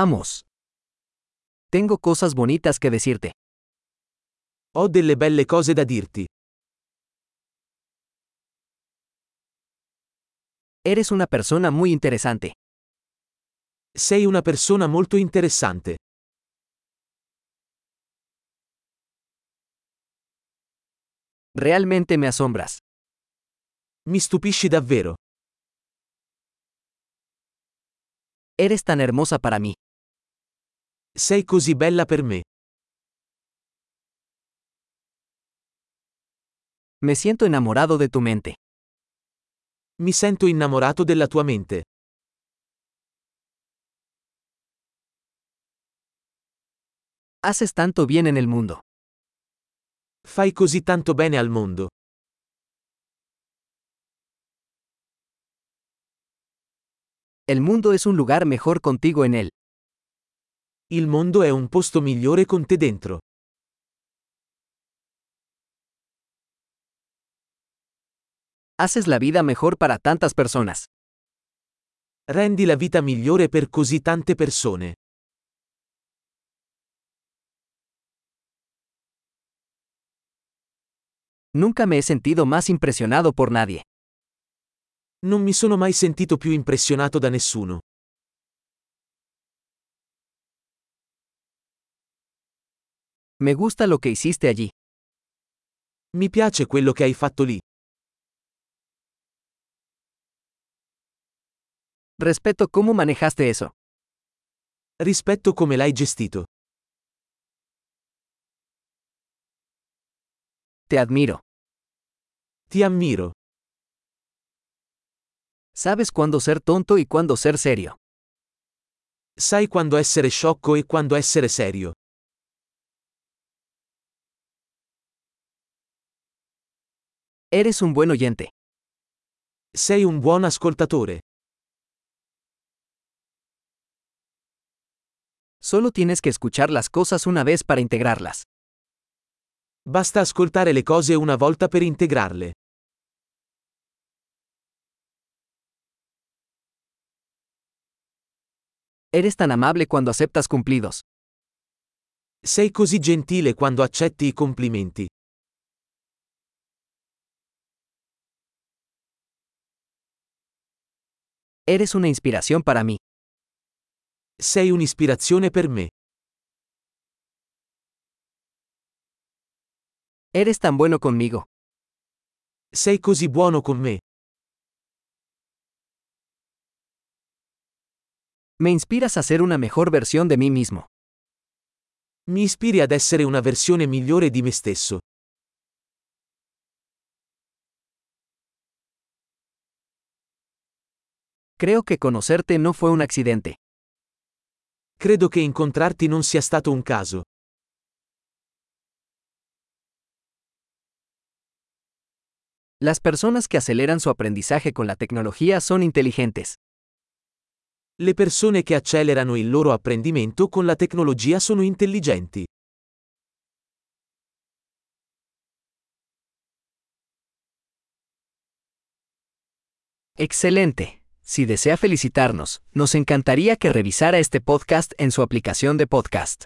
Vamos. Tengo cosas bonitas que decirte. Ho delle belle cose da dirti. Eres una persona muy interesante. Sei una persona molto interessante. Realmente me asombras. Mi stupisci davvero. Eres tan hermosa para mí. Sei così bella per me. Me siento enamorado de tu mente. Mi sento innamorato della tua mente. Haces tanto bien en el mundo. Fai così tanto bene al mondo. El mundo es un lugar mejor contigo en él. Il mondo è un posto migliore con te dentro. Haces la vida mejor para tantas personas. Rendi la vita migliore per così tante persone. Nunca me he sentido más impresionado por nadie. Non mi sono mai sentito più impressionato da nessuno. Me gusta lo que hiciste allí. Mi piace quello che hai fatto lì. Respeto cómo manejaste eso. Rispetto come l'hai gestito. Te admiro. Ti ammiro. Sabes cuándo ser tonto y cuándo ser serio. Sai quando essere sciocco e quando essere serio. Eres un buen oyente. Sei un buon ascoltatore. Solo tienes que escuchar las cosas una vez para integrarlas. Basta ascoltare le cose una volta per integrarle. Eres tan amable cuando aceptas cumplidos. Sei così gentile quando accetti i complimenti. Eres una inspiración para mí. Sei un'ispirazione per me. Eres tan bueno conmigo. Sei così buono con me. Me inspiras a ser una mejor versión de mí mismo. Mi ispiri ad essere una versione migliore di me stesso. Creo que conocerte no fue un accidente. Credo che incontrarti non sia stato un caso. Las personas que aceleran su aprendizaje con la tecnología son inteligentes. Le persone che accelerano il loro apprendimento con la tecnologia sono intelligenti. Excelente. Si desea felicitarnos, nos encantaría que revisara este podcast en su aplicación de podcast.